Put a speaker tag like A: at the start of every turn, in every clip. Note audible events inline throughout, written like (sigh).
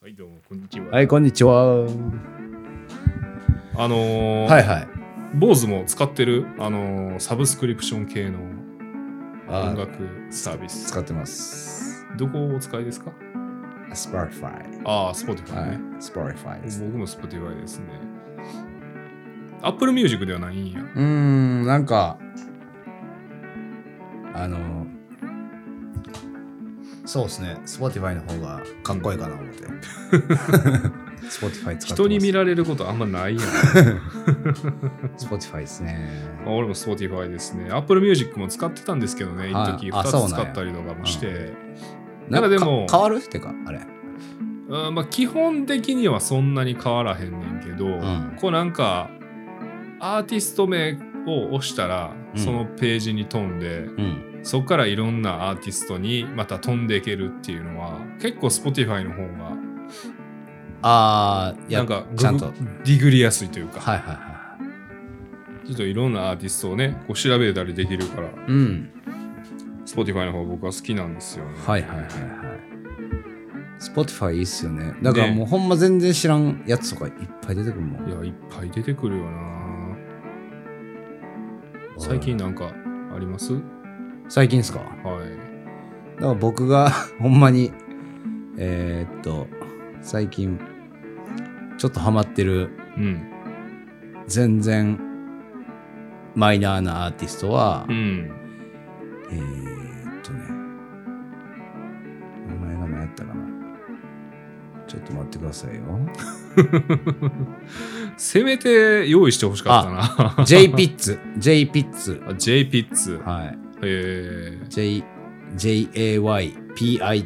A: はい、どうも、こんにちは。
B: はい、こんにちは。
A: あのー
B: はいはい。
A: 坊主も使ってる、あのーサブスクリプション系の
B: あ
A: 音楽サービス
B: 使。ってます。
A: どこをお使いですか
B: Spotify。
A: ああ、Spotify
B: はい
A: ね。。
B: Spotify です。
A: 僕も Spotify ですね。Apple Music ではないんや。
B: うーん、なんか、あの、そうですね。Spotify の方がかっこいいかな
A: (laughs)
B: 思って。Spotify 使ってます。
A: 人に見られることあんまないやん。
B: Spotify ですね。
A: まあ俺も Spotify ですね。Apple Music も使ってたんですけどね、一
B: はい
A: 時
B: あ
A: 2
B: そう
A: つ
B: なん
A: 使
B: や
A: ったりとかもして、
B: な
A: なんんか
B: か
A: でも
B: か変わるってか、あれ。
A: うんまあ、基本的にはそんなに変わらへんねんけど、
B: ん
A: こうなんかアーティスト名を押したら、
B: うん
A: そのページに飛んで
B: うん。
A: そこからいろんなアーティストにまた飛んでいけるっていうのは結構 Spotify の方が
B: ああ、い
A: な
B: や、
A: んか
B: ちゃんと。は
A: グ
B: い
A: グディグりやすいというか、
B: はいは
A: ちょっといろんなアーティストをねこう調べたりできるから
B: い。うん。
A: Spotify の方が僕は好きなんですよね。
B: はいはいはいはい。Spotify いいっすよね。だからもうほんま全然知らんやつとかいっぱい出てくるも
A: い
B: ん。
A: やいっぱい出てくるよな最近なんかありますは
B: 最近っすかだか
A: い。
B: ら僕が (laughs) ほんまに、えーっと、最近、ちょっとハマってる、
A: うん。
B: 全然マイナーなアーティストは、
A: うん。
B: えーっとね、名前が何やったかな。ちょっと待ってくださ
A: (laughs)
B: いよ。
A: せめて用意してほしかったな。
B: J ピッツ、J ピッツ。
A: あ J ピッツ。
B: はい。
A: えー
B: J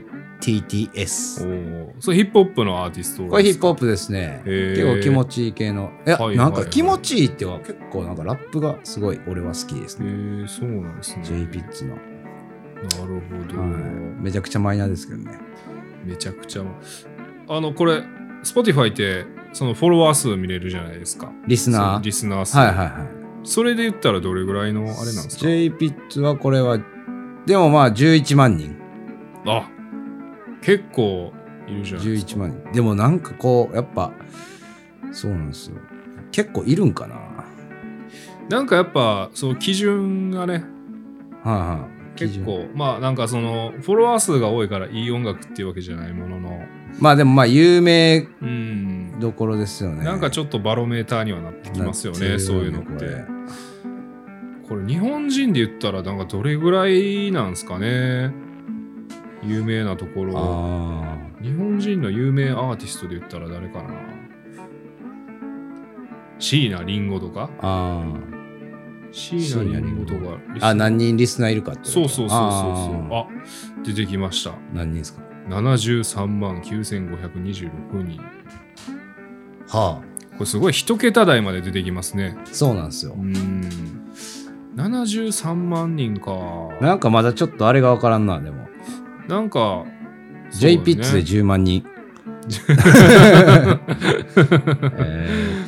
A: お
B: JAYPITTS。
A: ーそれヒップホップのアーティスト
B: これヒップホッ
A: プ。
B: プですね。
A: へー
B: 結構気持ちいい系の。いや、
A: はい
B: な
A: は
B: ん
A: い
B: か
A: はい
B: 気持ちいいっては結構なんかラップがすごい俺は好きです
A: え
B: ね。
A: ー、そうなんですね。
B: J ピッツの、
A: なるほど、
B: はいめちゃくちゃマイナーですけどね。
A: めちゃくちゃ。あの、これ、Spotify って、そのフォロワー数見れるじゃないですか。
B: リス
A: そ
B: ナ
A: の
B: ー。
A: リスナー数、
B: はいはいはい。
A: それで言ったらどれぐらいのあれなんですか
B: J ピッツはこれは、でもまあ11万人。
A: あ結構いるじゃないですか。
B: 11万人。でもなんかこう、やっぱ、そうなんですよ。結構いるんかな。はい
A: なんかやっぱ、その基準がね、
B: はい。
A: 結構、まあなんかその、フォロワー数が多いからいい音楽っていうわけじゃないものの、
B: まあでもまあ有名
A: うん、
B: どころですよね。
A: なんかちょっとバロメーターにはなってきますよね、そういうのって。こ
B: これ
A: れ日本人で言ったら、なんかどれぐらいなんですかね、有名なところ。
B: あ
A: 日本人の有名アーティストで言ったら誰かな。椎名林檎とか
B: ーあ
A: 椎名林檎とか。
B: ーあ何人リスナーいるかってこと
A: そうそうそうそうそう。
B: あー
A: あ出てきました。
B: 何人ですか
A: 73万9526人。
B: は
A: これすごい一桁台まで出てきますね。
B: あそうなんですよ
A: うーん73万人か。な
B: なんかまだちょっとあれがわからんなでも、
A: んか、
B: J ピッツで
A: そう
B: 10万人
A: (laughs)
B: え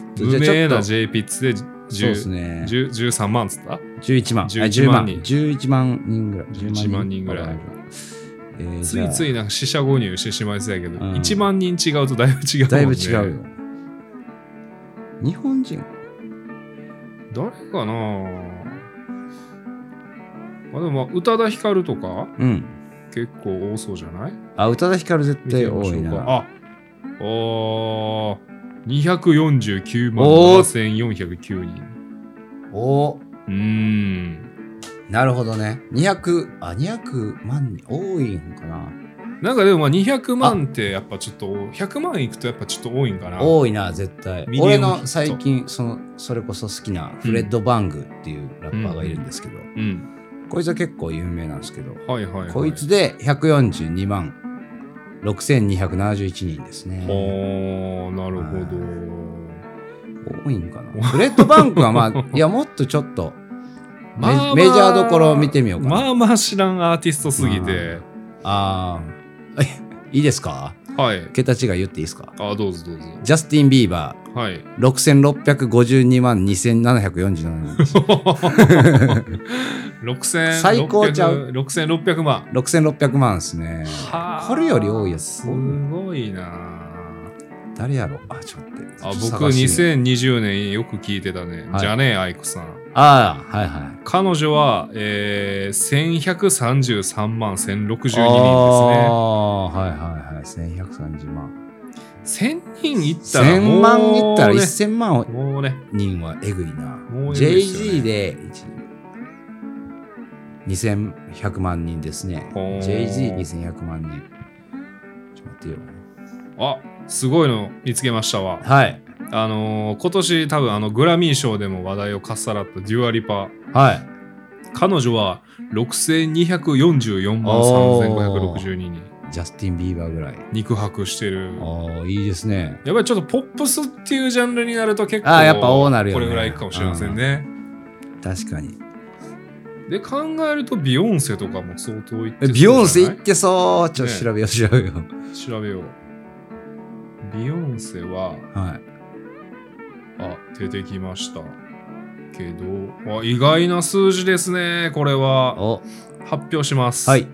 B: ーっと
A: だね無名な
B: じゃ
A: J ピッツで
B: あちょっとそうです
A: 10
B: ね
A: 10 13万っつった
B: 11万あ
A: 11
B: 10
A: 万
B: 万
A: 人
B: 11万人ぐらい
A: 11万人ぐらい
B: わかるえー
A: ついつ
B: じゃ
A: いなんか死者誤入してしまいそうやけど、
B: うん
A: 1万人違うとだいぶ違う、
B: あだいぶ違うよ。日本人
A: 誰かなあでもまあ宇多田ヒカルとか
B: うん
A: 結構多そうじゃない
B: あ、宇多田ヒカル絶
A: 見て
B: 対
A: みま
B: 多
A: しょ
B: いうな。
A: か。あ、おー、249万
B: お
A: 7409人。
B: おお、
A: うーん。
B: なるほどね。200、あ、200万人多いんかな。
A: なんかでもまあ200万ってやっぱちょっと、100万いくとやっぱちょっと多いんかな。
B: 多いな、絶対
A: ミ。リオン
B: 俺
A: ヒッ
B: の
A: ト
B: 最近、その、それこそ好きなフレッド・バングっていうラッパーがいるんですけど、
A: うん。
B: こいつは結構有名なんですけど、
A: はいはい、はい。
B: こいつで142万6271人です
A: お
B: ね。
A: ー、なるほど。
B: 多いんかな。フレッド・バングはま
A: (laughs)
B: あ、いや、もっとちょっと、メ
A: まあまあ
B: メジャーどころを見てみようかな。
A: まあまあ知らんアーティストすぎて。
B: ああー、いいですか
A: はい。
B: 桁違い言っていいですか
A: あ、どうぞどうぞ。
B: ジャスティン・ビーバー、
A: はい。
B: 6652万2747人。
A: (laughs) 6600
B: 最高ちゃう
A: 6600万。
B: 6600万ですね。
A: はあ
B: これより多いやつ
A: すごいなあ
B: 誰やろあ、ちょっと待って。
A: あ
B: ちょっと
A: 僕
B: 探してみる
A: 2020年よく聞いてたね、
B: はい
A: じゃねえ愛子さん
B: ああ、はいはい。
A: 彼女は、えー、1133万1062人ですね。
B: ああー、はいはいはい。1130万。
A: 1000人いったらもう、ね、
B: 1000万いったら1000万
A: もうね、
B: 人はえぐいな。
A: もうえぐいですよね
B: JG で1 2100万人ですね。
A: ほー
B: JG2100 万人。ちょっと待ってよ。
A: あすごいの見つけましたわ。
B: はい。
A: あのー今年多分あのグラミー賞でも話題をかっさらったデュアリパ。
B: はい。
A: 彼女は6244万3562人
B: ジャスティン・ビーバーぐらい。
A: 肉薄してる。
B: ああ、いいですね。
A: やっぱりちょっとポップスっていうジャンルになると結構
B: あーやっぱ多なるよね
A: これぐらいいくかもしれませんね。
B: 確かに。
A: で考えるとビヨンセとかも相当いって
B: え
A: そう
B: ビ
A: じゃない
B: ヨンセ行ってそう。ちょっと
A: ね
B: 調べよう、調べよう。
A: 調べよう。ビヨンセは、
B: はい。
A: あ、出てきました。けど、あ、意外な数字ですね、これは。
B: お、
A: 発表します。
B: はい。。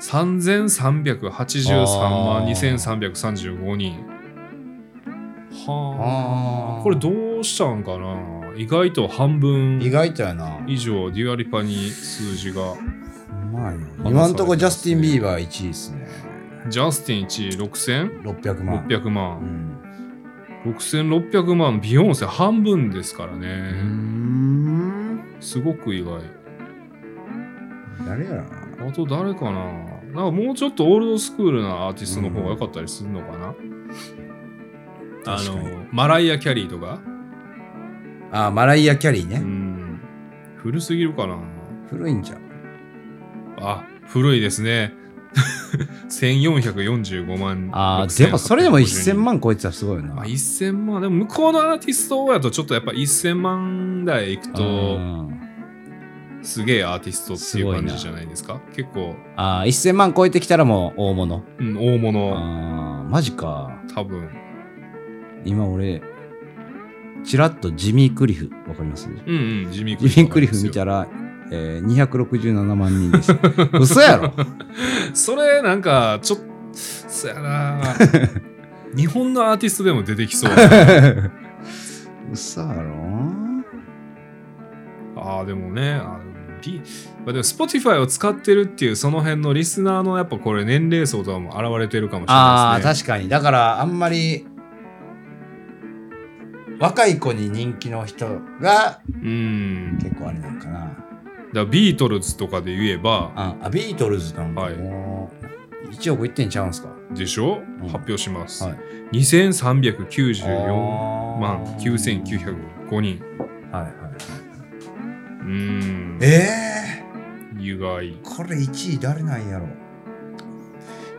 A: 3383万
B: あー
A: 2335人。は
B: あ
A: あ。
B: ー
A: これどうしたんかな意外と半分
C: 意外とやな。
A: 以上、デュアリパに数字が。
B: うまいな
C: 今んとこジャスティン・ビーバー1位ですね。
A: ジャスティン1位6000
C: 600万。
A: 600
C: う
A: 万、
C: ん。
A: 6600万ビヨンセ半分ですからね、
B: うーん。
A: すごく意外。
C: 誰やろな。
A: あと誰かななんかもうちょっとオールドスクールなアーティストの方が良かったりするのかな、あ
B: 確かに
A: の、マライア・キャリーとか
B: あー、マライア・キャリー
A: う
B: ね。
A: ん。古すぎるかな
B: 古いんじゃん。
A: あ、古いですね。1445万。
B: ああ、
A: 6850
B: でもそれでも1000。万超えてたらすごいよ
A: ま
B: な
A: あ、。1000万。でも向こうのアーティストやとちょっとやっぱ1000万台いくと、
B: うん
A: すげえアーティストって
B: す
A: いう
B: ごいな
A: 感じじゃないですか。結構、
B: あー1000万超えてきたらもう大物。
A: うん、大物、
B: ああ、マジか。
A: 多分。
B: 今俺、チラッとジミー・クリフ、わかります
A: うんうん、ジミー・
B: ジミー・クリフ見
A: い
B: たら、えー、267万人
A: (laughs)
B: でした。嘘やろ
A: それなんかちょっとそやな
C: (laughs)
A: 日本のアーティストでも出てきそう
B: 嘘やろ
A: ああでもねあのリまあでも Spotify を使ってるっていうその辺のリスナーのやっぱこれ年齢層とかも現れてるかもしれ
C: あ
A: な
C: あ、
A: いです
C: 確
A: ね
C: かに。だから、あんまり、若い子に人気の人が
A: うんだか
C: 結構あれなんかな。
A: らビートルズとかで言えば
C: あ、あビートルズなんか
A: はい
C: もう、1億いってんちゃうんすか。
A: でしょ、
C: うん
A: 発表します、
C: はい
A: 2394万
C: 万
A: 9905人
C: はいはい。
A: うん
C: え
A: 意外
C: ー、これ1位誰なんやろ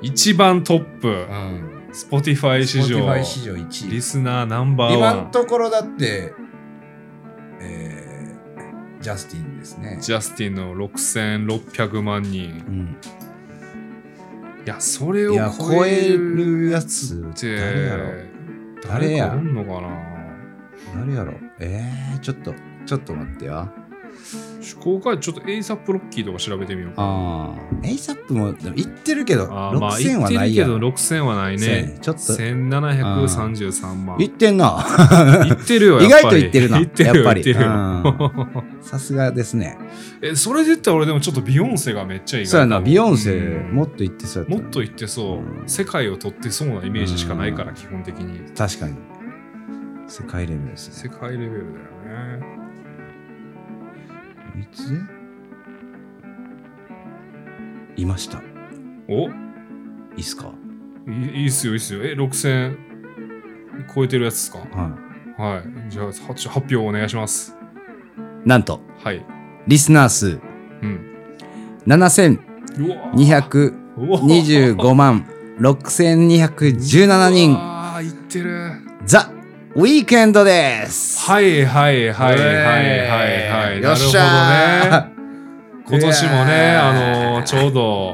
A: 一番トップ
C: ん。
A: Spotify 市場
C: Spotify 市場1
A: リ
C: 位。
A: スナーナンバーワ
C: 今の
A: ン
C: ところだって、えー、ジャスティンですね。
A: ジャスティンの6600万人
C: うん、
A: いやそれ
C: い
A: を
C: や、
A: 超
C: 超
A: え
C: え
A: る
C: るやつ
A: っ、て
C: 誰やろ
A: 誰
C: 誰や
A: かおんのかな
C: 誰やろえー、ちょっと、ちょっと待ってよ。
A: 趣向会ちょっとエイサップロッキーとか調べてみようか
B: あ
C: エイサップも、でも言ってるけど、
A: あーまあ
C: 6000
A: 言っ
C: は
A: て
C: な
A: る
C: い
A: け
C: や
A: ど
C: ろ。
A: 6000はないね
C: ね、ちょっと、
A: 1733万
B: 言ってんな。
A: (laughs) 言ってるよ
B: 意
A: やっ
B: 外
A: ぱ
B: と
A: り
B: 言ってるな。
A: 言ってる
B: やっぱり。
A: 言ってる
B: うんさすがですね。
A: えそれで言ったら俺でもちょっとビヨンセがめっちゃ意外
B: そうやな、ビヨンセ
A: うん
B: もっと言ってそうや
A: も
B: った
A: っ
B: な
A: と言ってそう、
B: うん
A: 世界を取ってそうなイメージしかないから、
B: うん
A: 基本的に
B: 確かに。世界レベルです
A: 世
B: ね。
A: 界レベルだよね
B: いついました。い
A: お
B: いっすか
A: いいいっすよいいっすよえ6000超えてるやつですか
B: は
A: はいじゃあは発表お願いします
B: い。なんと、
A: はい
B: リスナー数
A: うんうわ
B: 7225
A: うわ
B: 万6217
A: う
B: 人、
A: わーいってる
B: ザ・ウィークエンドです。
A: はいはいはいはいはいはい、
C: よっしゃ
A: なる
C: ー
A: ほどね今年も
C: い
A: ね
C: やー
A: あのーちょうど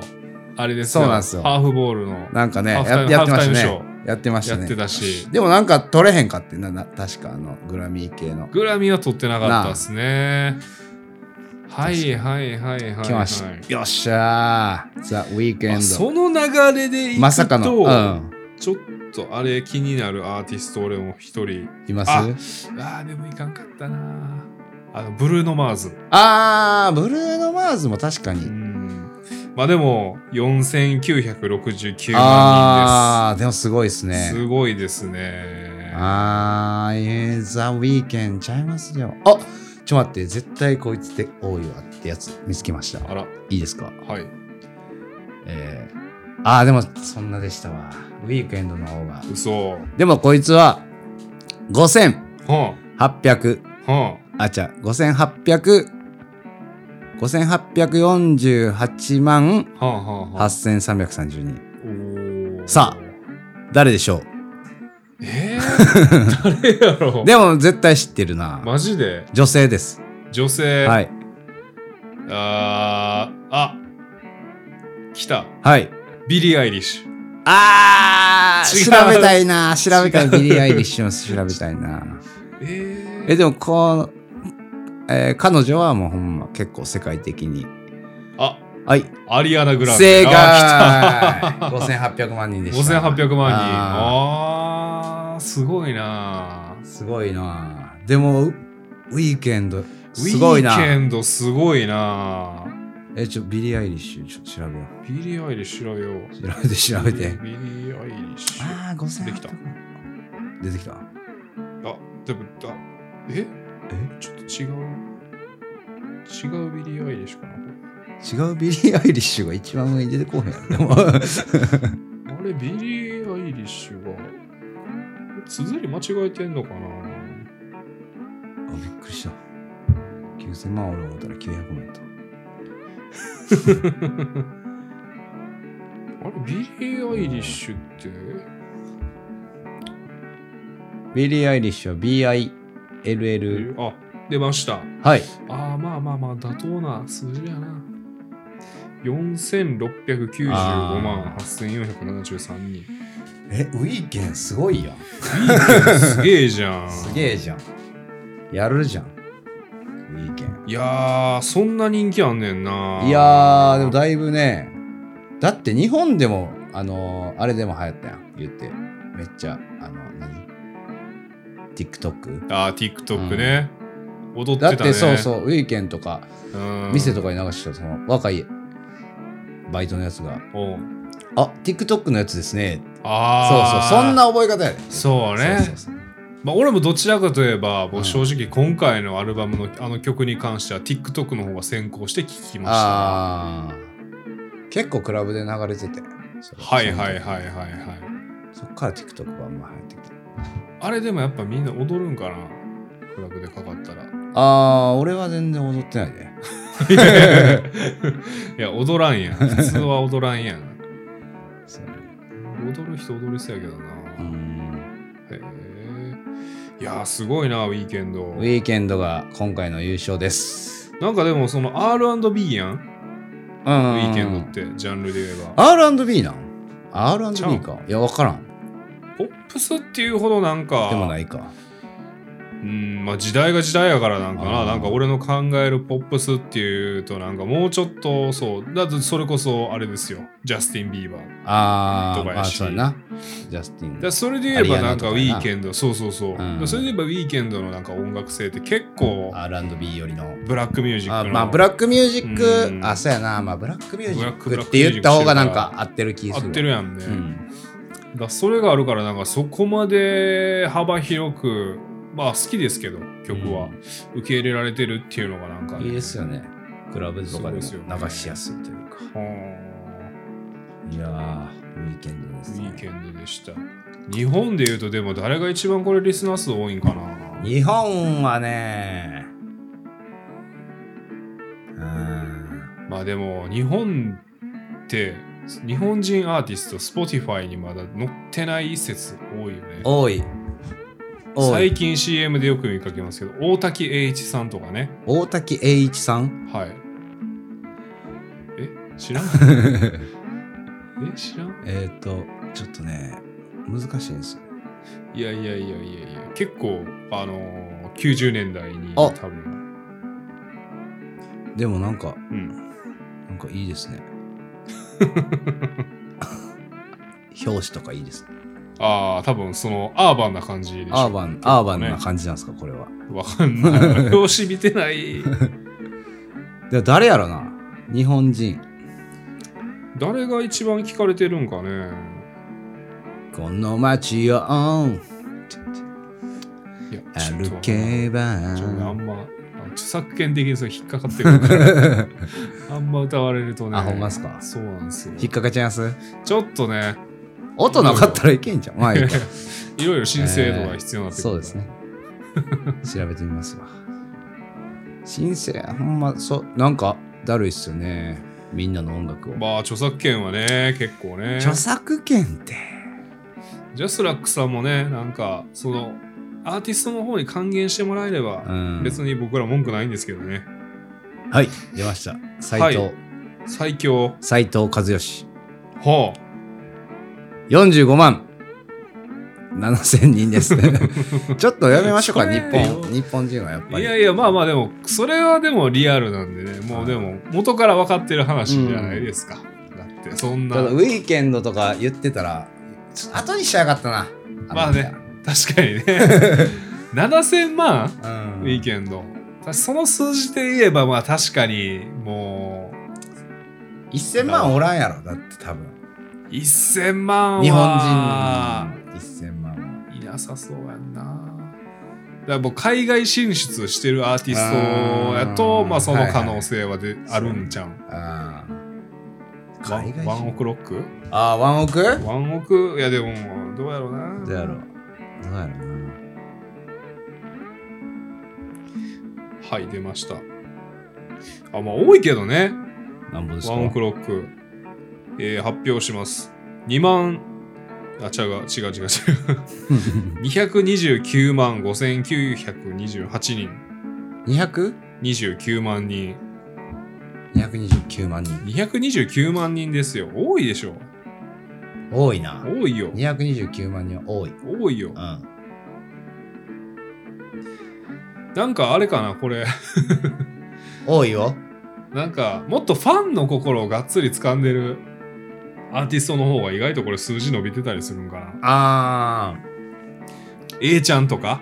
A: あれですよ
C: そうなんですよ
A: ハーフボールの
C: なんかね、
A: ハ
C: や
A: ーフタイ
C: やってま
A: ム
C: した
A: ハーフタイ
C: ね
A: ム。
C: やってまし
A: や
C: た
A: って
C: ね。
A: たし
C: でもなんか取れへんかってな、な確かあの、グラミー系の。
A: グラミーは取ってなかったですねはいはいはいはい、はい、
C: 来ました。よっしゃーザ・ウィークエン
A: あ
C: ド。
A: その流れでいくと
C: まさかの。うん。
A: ちょっとあれ気になるアーティスト俺も一人
B: います
A: あああでもいかんかったなあのブルーノ・マーズ
B: あー、ブルーノ・マーズも確か
A: う
B: に。
A: んまあでも4969万
B: あー、でもすごいです
A: 人です、
B: ね。
A: すごいですね
B: あー、えー、ザ・ウィーケンちゃいますよ。あちょっと待って、絶対こいつで多いわってやつ見つけました。
A: あら
B: いいですか
A: はい
B: えー、あー、でもそんなでしたわ。ウィークエンドの方が。
A: 嘘は
B: でもこいつは、5800、
A: あは
B: あ、ちゃ5800、5848万
A: あはあはあはあ
B: 8332。
A: おー
B: さ誰でしょ
A: えー、誰やろ
B: うでも絶対知ってるな。
A: マジで
B: 女性です。
A: 女性、
B: はい。
A: あーあ来た
B: はい。
A: ビリー・アイリッシュ
B: あー
A: 違う
B: 調べたいな。調べた
A: 違
B: い。
A: う
B: ビリー・アイリッシュも調べたいな。
A: えー、
B: え、でもこう、えー彼女はもうほんま結構世界的に。
A: あ
B: はい。
A: アリアナ・グランデ
B: 正
A: あ
B: 解
A: ー来
B: (laughs)
A: た
B: !5800 万人でし
A: 5800
B: た。
A: 万人
B: あ
A: あーすごいな
B: ーすごいな。でも、ウウィーケンド、
A: ウ
B: すごいな
A: ィー。ケンドすごいな
B: え、ちょ、ビリー・アイリッシュ、ちょっと調べよう。
A: ビリー・アイリッシュ調べよう
B: 調べて、調べて。
A: ビリー・アイリッシュ
B: ああ、5000
A: できた
B: 出てきた。
A: あでもだえ
B: え
A: ちょっと違う違うビリー・アイリッシュかな
B: 違うビリー・アイリッシュが一番上に出てこへんやろ。でも
A: あれ、ビリー・アイリッシュが、綴り間違えてんのかな
B: あびっくりした。9000万俺がおったら900万やった。
A: あれ、ビリー・アイリッシュって、
B: ビリー・アイリッシュは BILL。
A: あ、出ました。
B: はい。
A: ああ、まあまあまあ、妥当な数字やな。4695万8473人。
B: え、ウィーケンすごいやん。
A: すげえじゃ
B: (laughs)
A: ん。
B: すげえじゃん。やるじゃん。ウィーケン。
A: いやー、そんな人気あんねんな。
B: いやー、でもだいぶね、だって日本でも、あのーあれでも流行ったやん。言って。めっちゃ、あの、何 ?TikTok?
A: あー、TikTok ね。踊ってた
B: だっ
A: ね。
B: てそうそう、ウィーケンとか、
A: うん。
B: 店とかに流してたその若いバイトのやつが
A: おう
B: 「あ TikTok のやつですね」そう
A: ああ。
B: そうそんな覚え方やで
A: そうね
B: そうそうそう
A: まあ、俺もどちらかといえば、もううん正直今回のアルバムのあの曲に関しては TikTok の方が先行して聴きました。
B: あー結構クラブで流れててそれ
A: はいはいはいはいはい。
B: そっから TikTok はあんま流行ってきて
A: あれでもやっぱみんな踊るんかなクラブでかか
B: (laughs)
A: ったら。
B: ああ俺は全然踊ってないで
A: いや、踊らんやん。普通は踊らんやん。
B: そう
A: 踊る人踊りそうやけどな。
B: うーん
A: へえ。いやー、すごいな、ウィーケンド
B: ウ。ィーケンドが今回の優勝です
A: なんかでもその R&B やん。
B: ウ
A: ウ
B: ィ
A: ィーケンドって、ジャンルで言えば。
B: R&B なん ?R&B
A: ち
B: かいや分からん
A: ポップスっていうほどなんか。
B: でもないか
A: うんまあ、時代が時代やからなんか
B: あ
A: な
B: ー
A: なんか俺の考えるポップスっていうとなんかもうちょっとそうだってそれこそあれですよジャスティン・ビーバーだか
B: ああ
A: とか
B: ま
A: や
B: あ
A: し
B: そうやなジャスティン
A: らそれで言えばなんかウ
B: アリ
A: ィ
B: アナとかやな
A: ーケンドそうそうそう、
B: ん
A: だからそれで言えばウィーケンドのなんか音楽性って結構
B: R&B よりの。
A: ブラックミュージッ
B: あ
A: クの
B: まあ、ブラックミュージック、
A: うん
B: あ、そうやな、まあ、ブラックミュージッ
A: ブ
B: ク
A: ラッ
B: っ
A: ク
B: て言った方がなんか合ってる気する。
A: 合ってるやんね、
B: うん。
A: だからそれがあるからなんかそこまで幅広くまあ好きですけど曲は、受け入れられてるっていうのがなんかね、
B: いいですよね。クラブとかでも
A: そうですよね
B: 流しやすいというか。
A: はあ
B: いやー、ウィーケンドで
A: ウ
B: す、
A: ィー
B: ね。
A: ケンドでした。日本で言うと、でも誰が一番これリスナー数多いんかな
B: 日本はね、うーん、
A: まあでも、日本って、日本人アーティスト、Spotify にまだ載ってない説多いよね。
B: 多い。多い。
A: 最近 CM でよく見かけますけど、大滝栄一さんとかね。
B: 大滝栄一さん
A: はい。え知
B: (laughs)
A: らんえ知らん
B: えっ、ー、と、ちょっとね、難しいです。
A: いやいやいやいやいや、結構、あのー、90年代に
B: あ
A: 多分。
B: でもなんか、
A: うん。
B: なんかい (laughs) いですね。表紙とかいいですね。
A: ああ、多分そのアーバンな感じでしょ。
B: アーバン、アーバンな感じなんですか、これは。
A: わかんない。表紙見てない。
B: で誰やろな日本人。
A: 誰が一番聞かれてるんかね。
B: この街よ。歩
A: いや、ちょっと
B: けば。
A: ちょっとあんま、あ著作権的にそれ引っかかってくる
B: (laughs)
A: から、あんま歌われるとね。
B: あ、ほんまっすか。
A: そうなんですよ。
B: 引っかかっちゃいます
A: ちょっとね、
B: 音なかったらいけんじゃん。まあいいか。
A: いろいろ申請とか必要になってくるから、
B: (laughs) そうですね。調べてみますわ。申請、ほんま、そう、なんか、だるいっすよね。みんなの音楽を。
A: まあ、著作権はね、結構ね。
B: 著作権って。
A: ジャスラックさんもね、なんか、その、アーティストの方に還元してもらえれ
B: う
A: ば、
B: ん。
A: 別に僕ら文句ないんですけどね。
B: はい、出ました。斎藤、
A: は最強。
B: 斎藤和義。
A: ほう。
B: 45万7000人で
A: (laughs)
B: す。ちょっとやめましょうか、
A: そ
B: 日
A: れ
B: 本。日本人はやっぱ
A: い
B: り。
A: やいや、まあまあでも、それはでもリアルなんでね、もうでも、元から分かってる話じゃないですか。だって、そんな
B: ただ、、ウィーケンドとか言ってたら、ちょっと後にしちゃよかったな。
A: まあね確かにね。7000万
B: あの。
A: ウ
B: うん
A: ィーケンド。その数字で言えば、まあ確かに、も
B: 1000万おらんやろ、だって多分。
A: う、1000万は。
B: 日本人1000万
A: いなさそうやんな。だからもう海外進出してるアーティストやと、
B: あー
A: まあその可能性はで、あるんじゃん。
B: は。あー
A: ワ
B: 海
A: ン
B: 外
A: ワン
B: 人
A: オクロック
B: あー、ワンオク
A: ワンオクいやでも、どうやろうな。
B: どうやろう。どうやろうな。
A: はい、出ました。あ、まあ多いけどね。
B: なんぼです
A: ワ
B: か
A: ンオ
B: (laughs)
A: クロック。えー発表します。2万、あ、違う、違う、違う、違う。229万5928人。
B: ?200?229
A: 29万人。
B: 万人。
A: 229万人ですよ。多いでしょ。
B: 多いな。
A: 多いよ。
B: 229万人は多い。
A: 多いよ
B: う。ん。
A: なんかあれかな、これ。
B: 多いよ。
A: なんか、もっとファンの心をがっつり掴んでるアーティストの方が意外とこれ数字伸びてたりするんかな。
B: あー。
A: A ちゃんとか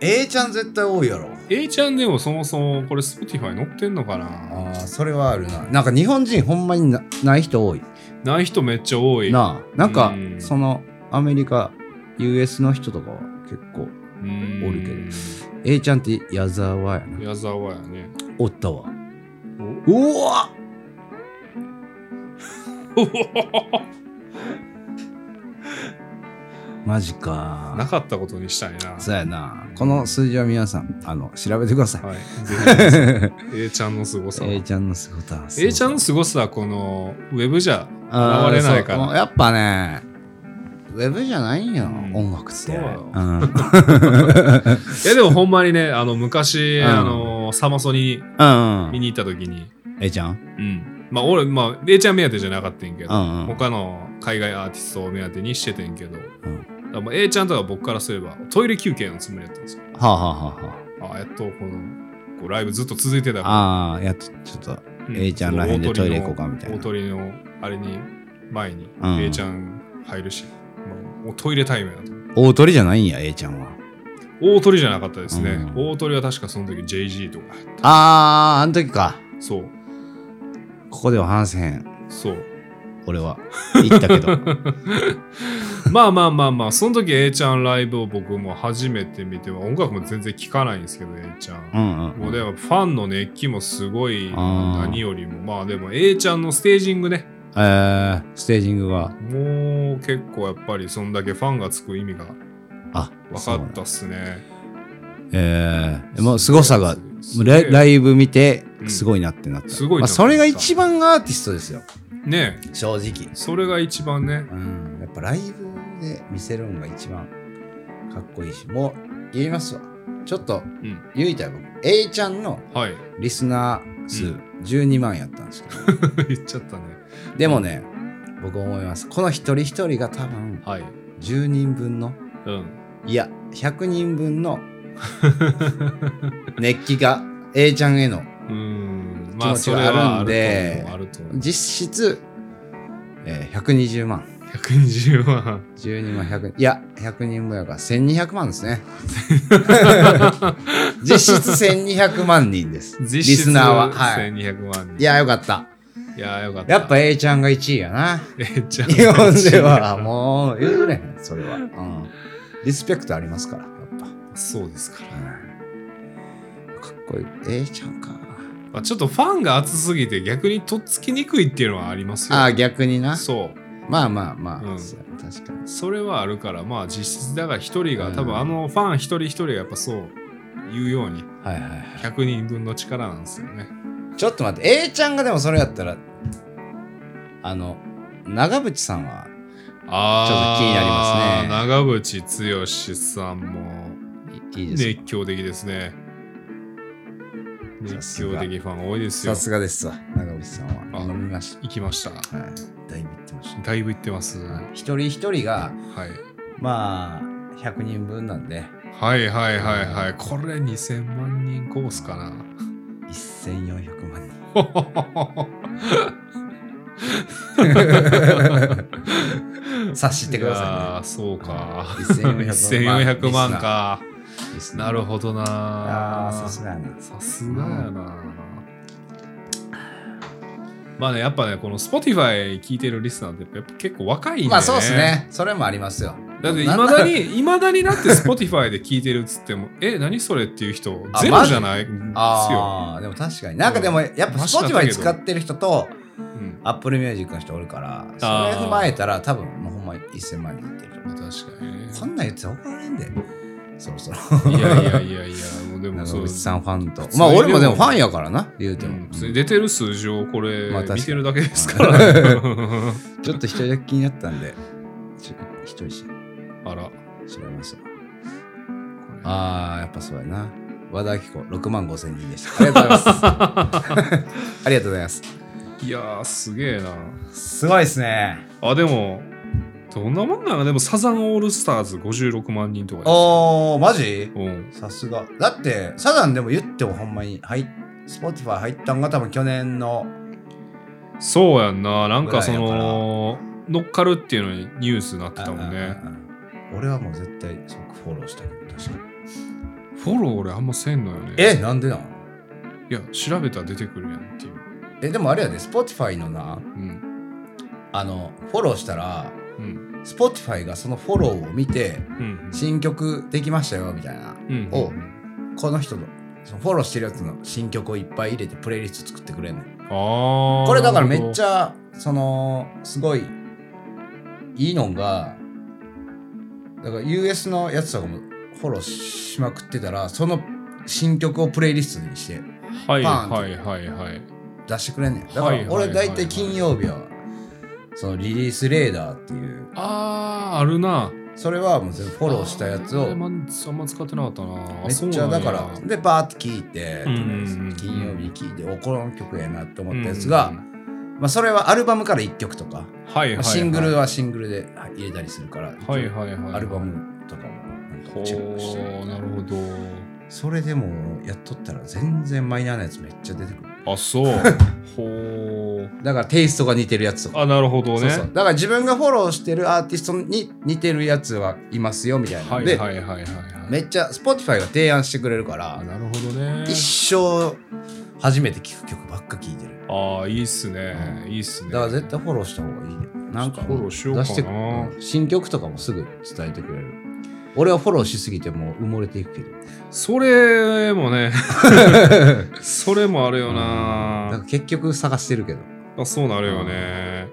B: A ちゃん絶対多いやろ。
A: ?A ちゃんでもそもそもこれ Spotify 載ってんのかな
B: あー、それはあるな。なんか日本人ほんまになない人多い。
A: ない人めっちゃ多い。
B: なあ。なんか
A: うん、
B: その、アメリカ、US の人とかは結構、
A: うーん
B: おるけ A ちゃんって矢沢やな。
A: 矢沢やね。
B: おったわ。うわマジ
A: な
B: か。
A: かったことにしたいな。
B: そうやな。この数字は皆さん、あの、調べてください。
A: はい。
B: (laughs)
A: ぜひ A ちゃんの凄さ。
B: A ちゃんの姿はすごい。
A: A ちゃんの凄さはこのウェブじゃ
B: あー
A: 現れないから
B: そうもうやっぱね、ウェブじゃないよ、
A: うん
B: 音楽って。
A: そうよ
B: ん
A: いやでもほんまにね、 (laughs) あの昔、
B: うん
A: あのサマソニ
B: う
A: (laughs)
B: ん
A: 見に行った時に、
B: えいちゃん
A: うん。まあ俺、まあ A ちゃん目当てじゃなかったんやけ
B: う
A: ど、
B: んうん。
A: 他の海外アーティストを目当てにしててんけど、
B: ん
A: だからもう A ちゃんとか僕からすればトイレ休憩のつもりだったんですよ。
B: はあ、はあはあは
A: ああ、やっとこの、こうライブずっと続いてたから
B: あ、あーやっと、ちょっと、
A: う
B: A ちゃんらへんでトイレ行こうかみたいな
A: 大鳥のあれに前に
B: うん
A: A ちゃん入るし、もうトイレタイムやと
B: 大鳥じゃないんや、A ちゃんは。
A: 大鳥じゃなかったですね、
B: うん
A: 大鳥は確かその時 JG とか入った
B: あー、あの時か。
A: そう
B: ここでは話せへん。
A: そう (laughs)
B: 俺は。言ったけど。
A: まあまあまあ (laughs) まあその時 A ちゃんライブを僕も初めて見て音楽も全然聴かないんですけど A ちゃん
B: う、んう。
A: もうんでもファンの熱気もすごい
B: あー
A: 何よりもまあでも A ちゃんのステージングね
B: えー、ステージングが。
A: もう結構やっぱりそんだけファンがつく意味が
B: あ、
A: 分
B: そう
A: か
B: なん
A: っ
B: だ。
A: たっすね
B: えー、もう凄さが、
A: すげえ
B: ライライブ見て
A: う、ん
B: すごいなってなった。
A: すごい
B: ま
A: な
B: あ、それが一番アーティストですよ。
A: ねえ
B: 正直。
A: それが一番ね
B: うん、やっぱライブで見せるのが一番かっこいいし、もう言いますわ。ちょっと
A: ん
B: 言いたい僕、A ちゃんの
A: はい (laughs)
B: リスナー数
A: う
B: 12万やったんですけど、
A: 言っちゃったね
B: でもね、僕思います。この一人一人が多分
A: はい
B: 10人分の、
A: うん
B: いや、100人
A: (laughs)
B: 分の熱気が A ちゃんへの
A: うーん
B: 気持ちはあるん
A: そ
B: で
A: れはあると思うあると思う
B: 実質、えー120万
A: 120万。
B: 12万100いや100人分やから1200万ですね実質1200万人ですリ
A: 実質
B: スナーは、はい、
A: 1200万人。
B: いやよかった
A: いやーよかった。
B: やっぱ A ちゃんが1位やな
A: (laughs) えー、じゃあ
B: 日本ではもう譲れへんそれは、うん、リスペクトありますからやっぱ、
A: そうですから。
B: うんかっこいい A ちゃんか
A: まあ、ちょっとファンが熱すぎて逆にとっつきにくいっていうのはありますよ。
B: ああ逆にな
A: そう。
B: まあまあまあ、
A: うん
B: そう確か
A: それはあるから、まあ実質だから一人が、
B: うん
A: 多分あのファン一人一人がやっぱそう言うように、
B: にはいはいはい
A: 100人分の力なんですよね。
B: ちょっと待って A ちゃんがでもそれやったらあの長渕さんは
A: あー
B: ちょっと気になりますね
A: 長渕剛さんも
B: いいいですね
A: 熱狂的ですね。
B: さ
A: 熱
B: す
A: 狂
B: が
A: 的ファン多いですよ
B: さ。すがですわ長渕さんは
A: あ
B: 飲みまし
A: 行きました。
B: たはいだいぶ言ってまし
A: だいぶ行ってます。
B: た、
A: は
B: はい一人一人が
A: い。
B: まあ100人分なんで
A: はいはいはいはい。これ2000万人コースかな。
B: (laughs) 1400万
A: (laughs)
B: 人察してくだ
A: あ
B: さ
A: あ、そうか。
B: いね。
A: 1400万。か。
B: リスナー
A: なるほど
B: あ
A: な
B: あ、さすがやな。
A: さすがやな。まあね、やっぱね、この Spotify 聞いてるリスナーってやっぱ結構若いんで、ね。
B: まあそうです。ね。それもありますよ。
A: だってい
B: な
A: まだに、いまだになって Spotify で聞いてるっつっても、 (laughs) え、何それっていう人、
B: あ
A: ゼロじゃないんですよ。
B: ああ、でも確かに。なんかでも、やっぱ
A: マシだった
B: Spotify
A: けど
B: 使ってる人と
A: うん、
B: Apple Music の人おるから、そ
A: あー
B: れ踏まえたら多分もうほんま1000万人いってると思う。
A: 確かにね。
B: そんなん言ってたら怒られんで。そろそろ。
A: いやいやいやいや、もうでも
B: 長
A: そう
B: 渕。さんファンと
A: 普。通に
B: まあ
A: でも
B: 俺もでもファンやからな、言うて
A: う
B: も
A: ん。出てる数字をこれ
B: まあ確かに
A: 見てるだけです
B: (laughs)
A: から、
B: ちょっと一人だけ気になったんで、ちょ一人し
A: あら
B: 調べました。ああ、やっぱそうやな。和田アキ子、6万5千人でした。ありがとうござい
A: (laughs)
B: ます。ありがとうございます。
A: いやーすげえな
B: すごいですね。
A: あでもどんなもんなのでもサザンオールスターズ56万人とかです
B: おー、マジ
A: うん
B: さすが。だって、サザンでも言ってもほんまに、はい、スポティファイ入ったんが多分去年の。
A: そうやんななんかそ
B: ぐらいや
A: の乗っかるっていうのにニュースになってたもんね
B: うんうんうん俺はもう絶対即フォローしたけど、確かに。
A: フォロー俺あんませんのよね
B: え、なんでなん
A: いや調べたら出てくるやんっていう
B: え、でもあれやで、スポティファイのな、
A: うん
B: あの、フォローしたら、
A: うん
B: スポティファイがそのフォローを見て、
A: うん
B: 新曲できましたよ、みたいな。
A: うん
B: をこの人のそのフォローしてるやつの新曲をいっぱい入れてプレイリスト作ってくれんねん
A: あー
B: これだからめっち
A: ゃ
B: ゃそのすごいいいのがだから US のやつとかもフォローしまくってたらその新曲をプレイリストにして
A: はい
B: パン
A: はいはいはい
B: 出してくれんねんだか
A: はいは
B: ら
A: いはいはい
B: 俺大体金曜日はそのリリースレーダーっていう
A: あーあるな
B: それはもう全部フォローしたやつ
A: あれ
B: を
A: まああんま使ってなかったな
B: めっ
A: そう
B: ち
A: な
B: ゃ
A: んや
B: だからでバーって聞いて、
A: うんうんうん
B: 金曜日に聞いておこの曲やなって思ったやつが、まあ、それはアルバムから1曲とか、
A: はいはい
B: まあ
A: はい、
B: シングルはシングルで入れたりするから、
A: はいはいはい
B: アルバムとかもなんか
A: ほ
B: チェックして
A: ーなるほ
B: それでもやっとったら全然マイナーなやつめっちゃ出てくる
A: どあ
B: (laughs)
A: そうほう
B: だからテイストが似てるやつとか、
A: あなるほどね
B: そうそうだから自分がフォローしてるアーティストに似てるやつはいますよみたいな
A: は
B: ん
A: い
B: で、
A: はいはいはいはい
B: めっちゃ Spotify が提案してくれるか
A: あ
B: ら
A: なるほどね
B: 一生初めて聴く曲ばっか聴いてる
A: ああいいっすね、いいっすね
B: だから絶対フォローした方がいいね。なんか
A: フォローしようかな
B: 出してくうん新曲とかもすぐ伝えてくれる。俺はフォローしすぎてもう埋もれていくけど。
A: それも
B: (laughs)
A: ねそれもあるよ
B: なん
A: な
B: か結局探してるけど。
A: あそうなるよね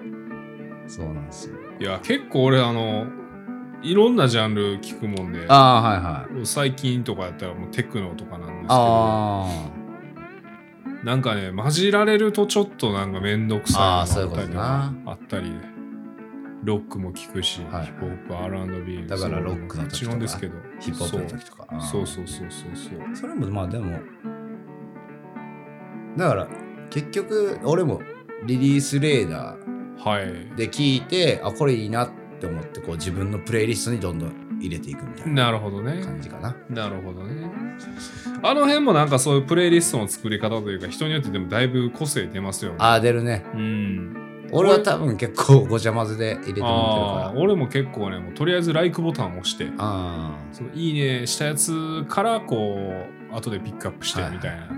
B: そうなんですよ。
A: いや結構俺あのいろんなジャンル聞くもんで
B: ああ、はいはい。
A: 最近とかやったらもうテクノとかなんですけど
B: あ
A: なんかね混じられるとちょっとなんかめんどくさ
B: ああ
A: い
B: そうい
A: の
B: う
A: も
B: こ
A: あったりと
B: とな
A: かあったりねロックも聞くし、
B: はい
A: ヒップホップ R&B
B: だからロックの時とか
A: もちろんですけど
B: あ、ヒップホップの時とか。あー
A: そうそうそうそうそうそう
B: それもまあでも、だから結局俺もリリースレーダ
A: はい
B: ーで聞いて、あ、これいいなって思ってこう自分のプレイリストにどんどん入れていくみたいな
A: なるほどね
B: 感じかな。
A: なるほどねあの辺もなんかそういうプレイリストの作り方というか人によってでもだいぶ個性出ますよね
B: ああ、出るね。
A: うん
B: 俺は多分結構ごちゃ混ぜで入れてもら
A: あ
B: っ
A: ー
B: てるから
A: 俺も結構ねもうとりあえず「LIKE」ボタンを押して
B: あ
A: そのいいねしたやつからこう後でピックアップして
B: はい
A: みたいな、
B: あ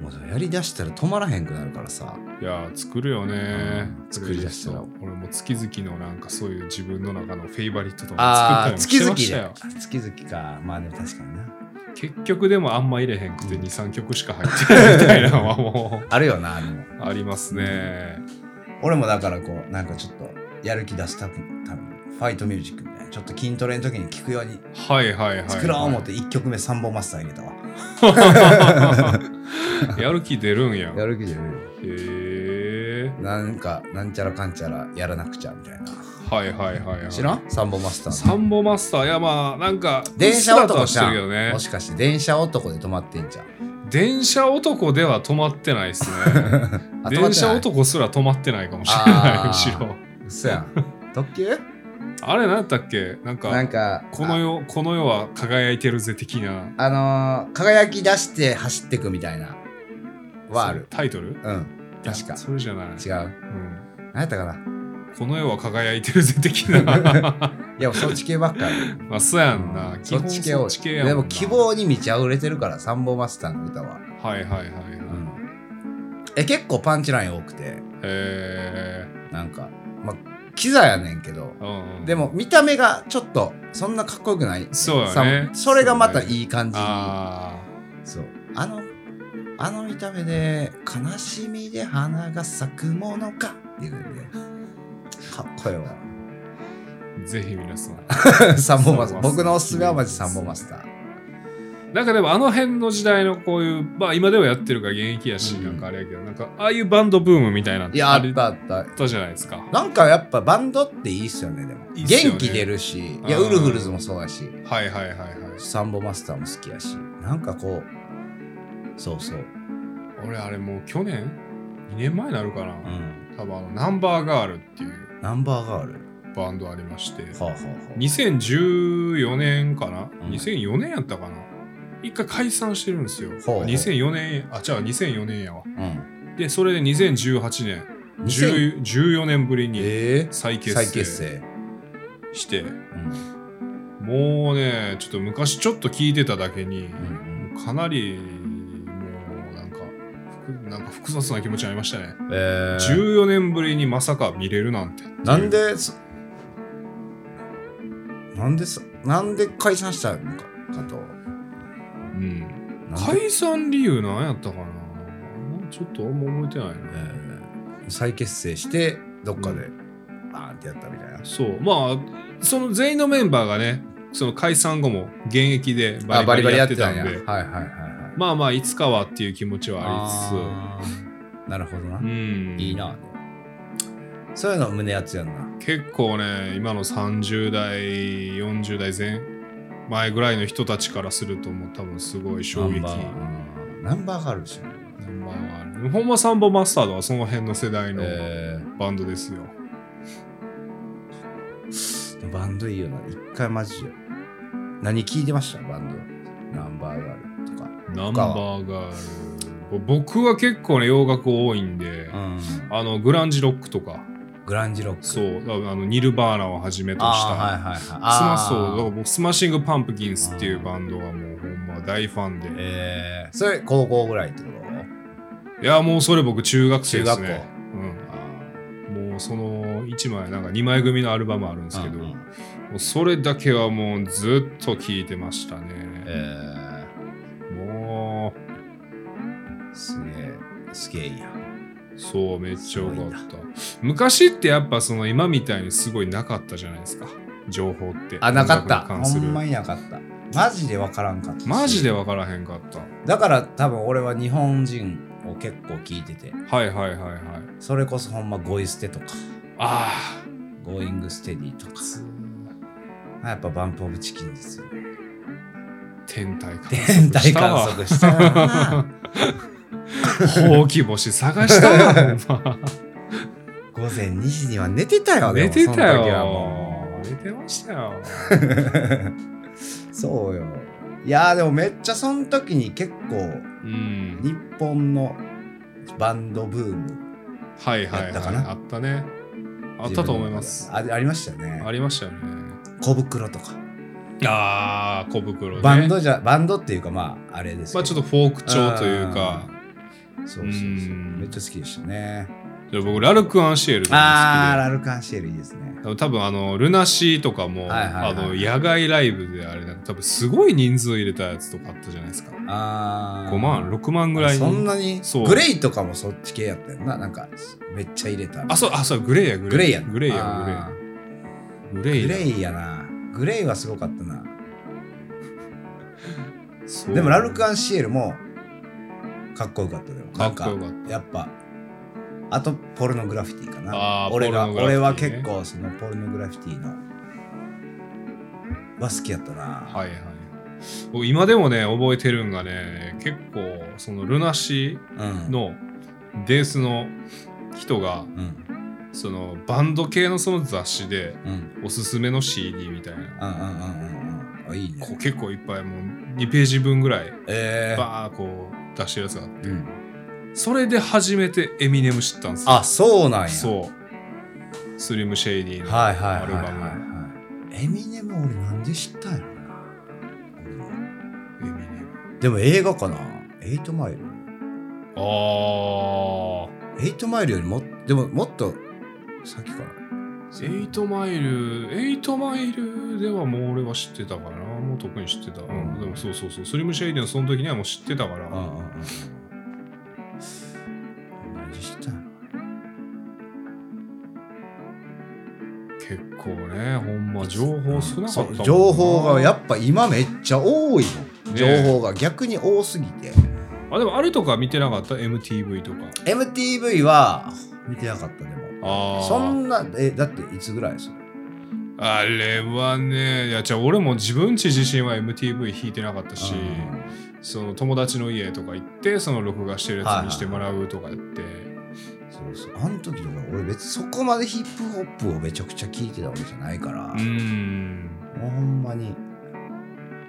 B: もうそれやりだしたら止まらへんくなるからさ
A: い、やー作るよね
B: うん作り出したら
A: 俺も月々のなんかそういう自分の中のフェイバリットと
B: あ
A: か
B: あ
A: 作
B: 月
A: ったり
B: 々
A: もしてました
B: で
A: よ
B: 月々かまあでも確かにな
A: 結局でもあんま入れへんくて23曲しか入って
B: (laughs)
A: ないみたいなのはも
B: あるよなでも
A: うありますね
B: 俺もだからこうなんかちょっとやる気出すたく多分ファイトミュージックみたいなちょっと筋トレの時に聞くように
A: はいはいはい、はい、
B: 作ろう思って1曲目3本マスター入れたわ、
A: (laughs) やる気出るんや。へ
B: る気出るよ
A: え。
B: なんかなんちゃらかんちゃらやらなくちゃみたいな
A: はいはいはいはい。
B: 知らん三本マスター
A: サンボマスター、いやまあ、なんか、
B: 電車
A: うっ
B: 男
A: す
B: じ
A: らとはしてる
B: ゃ
A: けど
B: ん、
A: ね
B: も。しかして電車男で止まってんじゃん
A: 電車男では止まってないですね。
B: (laughs) あ止まってない
A: 電車男すら止まってないかもしれない、
B: あー
A: むしろ。
B: 嘘やん特急
A: あれ、何やったっけなんか、
B: なんか
A: この世、この世は輝いてるぜ的な。
B: ああのー輝き出して走ってくみたいなはある
A: タイトル
B: うん確か
A: それじゃない。
B: 違う
A: うん
B: 何やったかな
A: この世は輝いてるぜ的な。 (laughs)
B: いやそっち系ばっかり
A: まあ、そうやんな。基
B: そっ
A: 本
B: ち系
A: そ
B: 多
A: っ
B: い
A: ち系やんな
B: でも希望に満ち溢れてるからサンボマスターの歌は、
A: はいはいはいはい。
B: え結構パンチライン多くて
A: へえ。
B: なんかまあキザやねんけど
A: うんうん
B: でも見た目がちょっとそんなかっこよくない
A: そうだ
B: サ
A: ね
B: ン。それがまたいい感じ
A: あ
B: そうあのあの見た目で「悲しみで花が咲くものか」っていうのでかっこよ
A: (laughs) あ、ぜひ皆さん。
B: サンボマス
A: サンボマスター
B: ター僕のおすすめはマジサンボマスター
A: なんかでもあの辺の時代のこういう、まあ今でもやってるから現役やし、
B: うん
A: なんかあれやけど、なんかああいうバンドブームみたいなの
B: いやあ
A: あ
B: っ
A: れ
B: た
A: だ
B: あった
A: ったじゃないですか。は
B: なんかやっぱバンドっていいっすよねでも
A: いいっすよね
B: 元気出るしいや
A: うん
B: ウルフルズもそうやし
A: いはいはいはい。
B: サンボマスターも好きやしなんかこうそうそう
A: 俺あれもう去年 ?2 年前になるかな、
B: うん
A: 多分あの、ナンバーガールっていう
B: ナンバーガール
A: バンドありまして、
B: はあはあは
A: 2014年かな、
B: ん
A: ?2004 年やったかな一回解散してるんですよ。
B: ほうほう
A: 2004年、あ、違う、2004年やわ。
B: あうん
A: で、それで2018年、
B: 2000
A: 10 14年ぶりに
B: え
A: 再
B: ー
A: 結
B: 再
A: 成
B: 結成
A: して、
B: うん
A: もうね、ちょっと昔ちょっと聞いてただけに、
B: うん
A: かなり、もうなんか、ふくなんか複雑な気持ちになりましたね。
B: うんえー
A: 14年ぶりにまさか見れるなんて。
B: なんでそなんでさなんで解散したのかかと
A: うん。
B: なんで
A: 解散理由なんやったかなちょっとあんま覚えてない
B: え
A: な。
B: ー再結成してどっかでバーンってやったみたいな
A: そう。まあ、その全員のメンバーがね、その解散後も現役でバ
B: あ
A: リバリやってたんで、
B: バリバリやってたんやはいはいはいはい
A: まあまあ、いつかはっていう気持ちはあ
B: あーなるほどな、
A: りつつ、うん。
B: いいなそういうの胸熱やんな
A: 結構ね今の30代40代前前ぐらいの人たちからするともう多分すごい衝撃
B: ナンバーうんナンバーがあるし
A: ナンバーワンほんまサンボマスターとかその辺の世代の
B: え
A: バンドですよ、
B: ーバンドいいよな一回マジで何聞いてましたバンドナンバーがあるとか
A: ナンバーガール僕は結構ね洋楽多いんで、
B: ん
A: あのグランジロックとか
B: グランジロック
A: そうあのニルバーナをはじめとした、
B: あーはいはいはい
A: スマ
B: あー
A: そうだから僕スマッシングパンプキンスっていうバンドはもうほんま大ファンで、
B: えーそれ高校ぐらいってこと
A: いやもうそれ僕中学生です
B: 中学
A: ね
B: 校
A: うん
B: あー
A: もうその1枚なんか2枚組のアルバムあるんですけど、
B: うんうん
A: もうそれだけはもうずっと聴いてましたね、
B: え
A: も
B: ーすげえすげえいいや
A: うそうめっちゃよかっ
B: す
A: た昔ってやっぱその今みたいにすごいなかったじゃないですか情報って
B: あなかった
A: 音楽に関す
B: ほ
A: る
B: んまになかったマジでわからんかった
A: マジで分からへんかった
B: だから多分俺は日本人を結構聞いてて
A: はいはいはいはい
B: それこそほんまゴイステとか
A: あ
B: ゴーイングステディとかやっぱバンプオブチキンですよね
A: あ天体観測
B: 天体
A: した
B: 観
A: わ
B: 測したよ
A: (laughs)
B: (laughs) な
A: ほうき星探したわほんま
B: 午前2時には寝てたよで
A: 寝
B: も
A: てた
B: その時は
A: よ
B: も
A: 寝てましたよ
B: う (laughs) そうよいやーでもめっちゃその時に結構
A: うん
B: 日本のバンドブーム
A: はいはい、は
B: や
A: い、
B: ったかな
A: あったねあったと思います
B: あありましたよね
A: ありましたよね
B: 小袋とか
A: あー小袋ね
B: バンドじゃバンドっていうかまああれですけど
A: まあちょっとフォーク調というか
B: そうそうそう
A: うん
B: めっちゃ好きでしたね
A: で僕ラルク・アンシエルと
B: あー
A: か
B: ラルカンシエルいいです
A: も
B: ね
A: 好きで多分あのルナシーとかも、
B: はいはいはい
A: あの野外ライブであれなんか多分すごい人数入れたやつとかあったじゃないですか
B: あー
A: 5万6万ぐらい
B: そん
A: に
B: なに
A: そう
B: グレイとかもそっち系やったよななんかめっちゃ入れた
A: あそうあそうグレーや
B: グ
A: グ
B: レ
A: レ
B: イ
A: ー
B: や
A: グレーやグレー
B: あー
A: グレイ
B: グ
A: だ
B: レイやなグレイはすごかったな
A: そう
B: でもラルク・アンシエルもかっこよかったよ
A: かっこよかった
B: なんやっぱあとポルノグラフィティかな
A: あー
B: 俺が、
A: ポルノ
B: 俺
A: グラ
B: は
A: フィティね
B: 結構そのポルノグラフィティのは好きやったな、
A: はいはい僕今でもね覚えてるんがね結構そのルナシ
B: うん
A: ーのベースの人が
B: うん
A: そのバンド系のその雑誌で
B: うん
A: おすすめの CD みたいな
B: うんうんうんうんうんあいい
A: こう
B: ね
A: 結構いっぱいもう2ページ分ぐらい
B: えー
A: バーこう出してるやつがあっ
B: うん、
A: てそれで初めてエミネム知ったんですよ
B: あそうなんや
A: そうスリムシェイディの
B: はいはい
A: ア
B: はい
A: ル
B: は
A: バ
B: い
A: ム、
B: はいエミネム俺なんで知ったんやろな俺も
A: エミネム
B: でも映画かな8マイル
A: ああ
B: 8マイルよりもでももっと先かな
A: 8マイル、8マイルではもう俺は知ってたから、もう特に知ってた。うん、でもそうそうそう、スリムシェイディのその時にはもう知ってたから、
B: あ何したの
A: 結構ね、ほんま情報少なかったもんな。
B: 情報がやっぱ今めっちゃ多いの情報が逆に多すぎて、
A: あ、でもあれとか見てなかった ?MTV とか。
B: MTV は見てなかったでも
A: ああ。
B: そんなえだっていつぐらいです
A: あれはね、いや、じゃあ俺も自分ち自身は MTV 弾いてなかったし、その友達の家とか行って、その録画してるやつにしてもらうとかやって。
B: そうそうあの時とか俺別にそこまでヒップホップをめちゃくちゃ聴いてたわけじゃないから、
A: うーん。
B: もうほんまに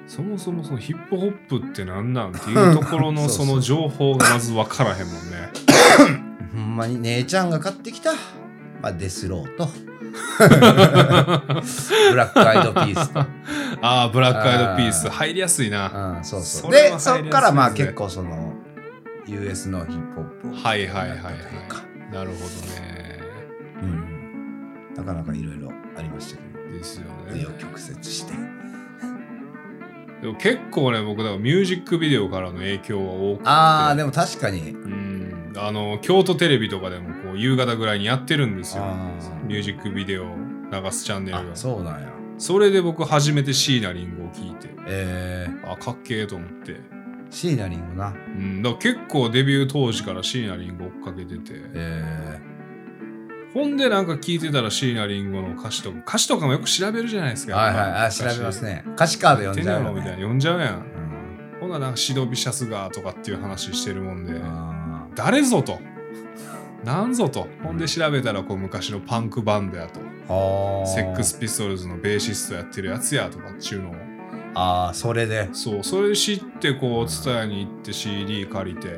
A: そもそもそのヒップホップって何なんっていうところ
B: そ
A: の
B: うそう
A: (laughs) その情報がまず分からへんもんね。
B: ほんまに姉ちゃんが買ってきた、まあ、デス
A: (laughs)
B: ローとブラックアイドピース
A: (laughs)
B: と
A: ああ、ブラックアイドピース
B: あー
A: 入りやすいな。
B: うん、そうそう。
A: それ
B: で、
A: は
B: そ
A: 入りやすいですね
B: っからまあ結構その、US のヒップホップを
A: はいはいはいは
B: やったとうか
A: い。なるほどね。
B: うん。なかなかいろいろありましたけど、
A: ですよ
B: 紆
A: ね。
B: 余曲折して。
A: でも結構ね、僕だからミュージックビデオからの影響は多くて。
B: ああ、でも確かに。
A: うん。あの、京都テレビとかでもこう夕方ぐらいにやってるんですよ
B: あー。
A: ミュージックビデオ流すチャンネ
B: あ
A: ルが。そ
B: そうなんや。
A: れで僕初めて椎名林檎を聞いて、
B: え
A: あ、かっけえと思って。
B: ー、椎名林檎
A: う
B: な。
A: ん、だから結構デビュー当時から椎名林檎追っかけてて、
B: え
A: ほんでなんか聞いてたら椎名林檎の歌詞とか歌詞とかもよく調べるじゃないです
B: ー、
A: か
B: はいはい。あ、調べますね。歌詞カード
A: 読ん
B: 読
A: じ
B: んじ
A: ゃ
B: ゃ
A: う
B: う
A: の
B: よ、
A: みたいな
B: ね。
A: 読んじゃうやん
B: う
A: ほん
B: ん
A: ならなんかシドビシャスガーとかっていう話してるもんで
B: あ
A: 誰ぞ
B: (laughs)
A: となんぞとほんで調べたらこう昔のパンクバンドやと
B: ーはー
A: セックスピストルズのベーシストやってるやつやとかっちゅうのを
B: ああそれで
A: そうそれ知ってこうツタヤに行って CD 借りて
B: う